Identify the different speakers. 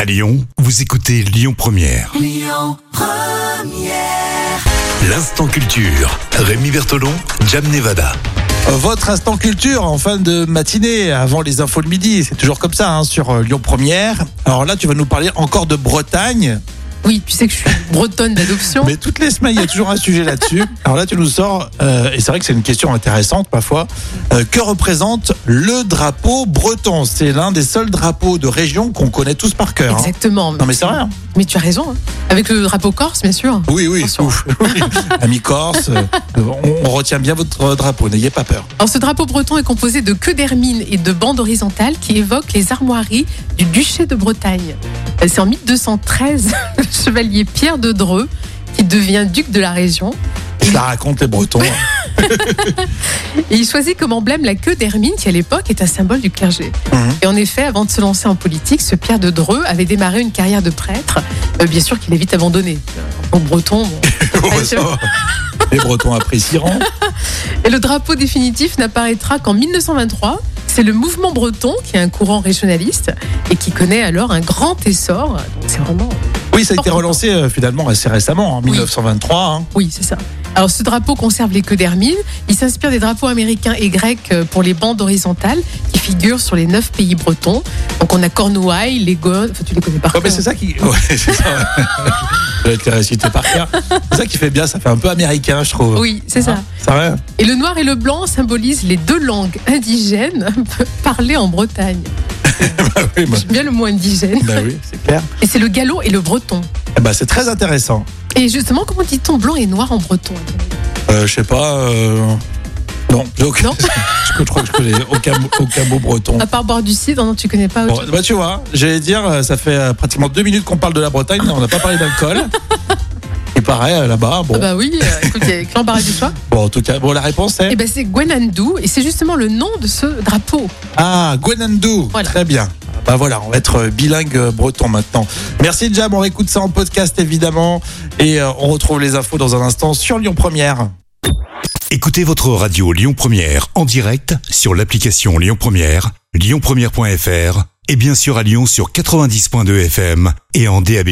Speaker 1: À Lyon, vous écoutez Lyon Première. Lyon Première. L'instant culture. Rémi Bertolon, Jam Nevada.
Speaker 2: Votre instant culture en fin de matinée, avant les infos de midi, c'est toujours comme ça hein, sur euh, Lyon Première. Alors là, tu vas nous parler encore de Bretagne,
Speaker 3: Oui, tu sais que je suis bretonne d'adoption.
Speaker 2: mais toutes les semaines, il y a toujours un sujet là-dessus. Alors là, tu nous sors, euh, et c'est vrai que c'est une question intéressante parfois, euh, que représente le drapeau breton C'est l'un des seuls drapeaux de région qu'on connaît tous par cœur. hein.
Speaker 3: Exactement.
Speaker 2: Non mais c'est vrai. hein.
Speaker 3: Mais tu as raison. hein. Avec le drapeau corse, bien sûr.
Speaker 2: Oui, oui,
Speaker 3: Attention.
Speaker 2: ouf. Oui. Ami Corse, euh, on, on retient bien votre drapeau, n'ayez pas peur.
Speaker 3: Alors, ce drapeau breton est composé de queues d'hermine et de bandes horizontales qui évoquent les armoiries du duché de Bretagne. Euh, C'est en 1213 le chevalier Pierre de Dreux qui devient duc de la région.
Speaker 2: Je la raconte les Bretons. hein.
Speaker 3: Et il choisit comme emblème la queue d'hermine qui, à l'époque, est un symbole du clergé.
Speaker 2: Mhm.
Speaker 3: Et en effet, avant de se lancer en politique, ce Pierre de Dreux avait démarré une carrière de prêtre. Euh, bien sûr qu'il a vite abandonné. En breton, bon,
Speaker 2: Heureusement. Les Bretons apprécieront.
Speaker 3: Et le drapeau définitif n'apparaîtra qu'en 1923. C'est le mouvement breton qui est un courant régionaliste et qui connaît alors un grand essor. Donc, C'est vraiment.
Speaker 2: Oui, ça a été relancé euh, finalement assez récemment, en 1923. hein.
Speaker 3: Oui, c'est ça. Alors ce drapeau conserve les queues d'hermine. Il s'inspire des drapeaux américains et grecs euh, pour les bandes horizontales qui figurent sur les neuf pays bretons. Donc on a Cornouailles, les Gaules. Enfin, tu les connais par
Speaker 2: Ouais, mais
Speaker 3: cœur.
Speaker 2: c'est ça qui. Ouais, c'est ça. Je vais te les réciter par cœur. C'est ça qui fait bien, ça fait un peu américain, je trouve. Bah
Speaker 3: Oui, c'est ça.
Speaker 2: C'est vrai
Speaker 3: Et le noir et le blanc symbolisent les deux langues indigènes parlées en Bretagne.
Speaker 2: bah, oui, bah,
Speaker 3: J'aime bien le mot indigène.
Speaker 2: bah oui, c'est clair.
Speaker 3: Et c'est le gallo et le breton.
Speaker 2: Eh ben, c'est très intéressant.
Speaker 3: Et justement, comment dit-on blanc et noir en breton
Speaker 2: Euh, je sais pas. euh, Non, j'ai aucun-
Speaker 3: Non.
Speaker 2: je crois que je connais aucun, mot- aucun mot breton.
Speaker 3: À part boire du cidre, non, tu connais pas. autre
Speaker 2: Bon, bah, tu vois, j'allais dire, euh, ça fait euh, pratiquement deux minutes qu'on parle de la Bretagne, on n'a pas parlé d'alcool. Il paraît euh, là-bas, bon.
Speaker 3: Ah bah oui, euh, écoute, avec l'embarras du choix.
Speaker 2: Bon, en tout cas, bon, la réponse est.
Speaker 3: Et ben c'est Gwenandou, et c'est justement le nom de ce drapeau.
Speaker 2: Ah, Gwenandou.
Speaker 3: Voilà.
Speaker 2: Très bien. Bah voilà, on va être bilingue euh, breton maintenant. Merci Jam, on réécoute ça en podcast évidemment et euh, on retrouve les infos dans un instant sur Lyon Première.
Speaker 1: Écoutez votre radio Lyon Première en direct sur l'application Lyon Première, lyonpremière.fr et bien sûr à Lyon sur 90.2 FM et en DAB+.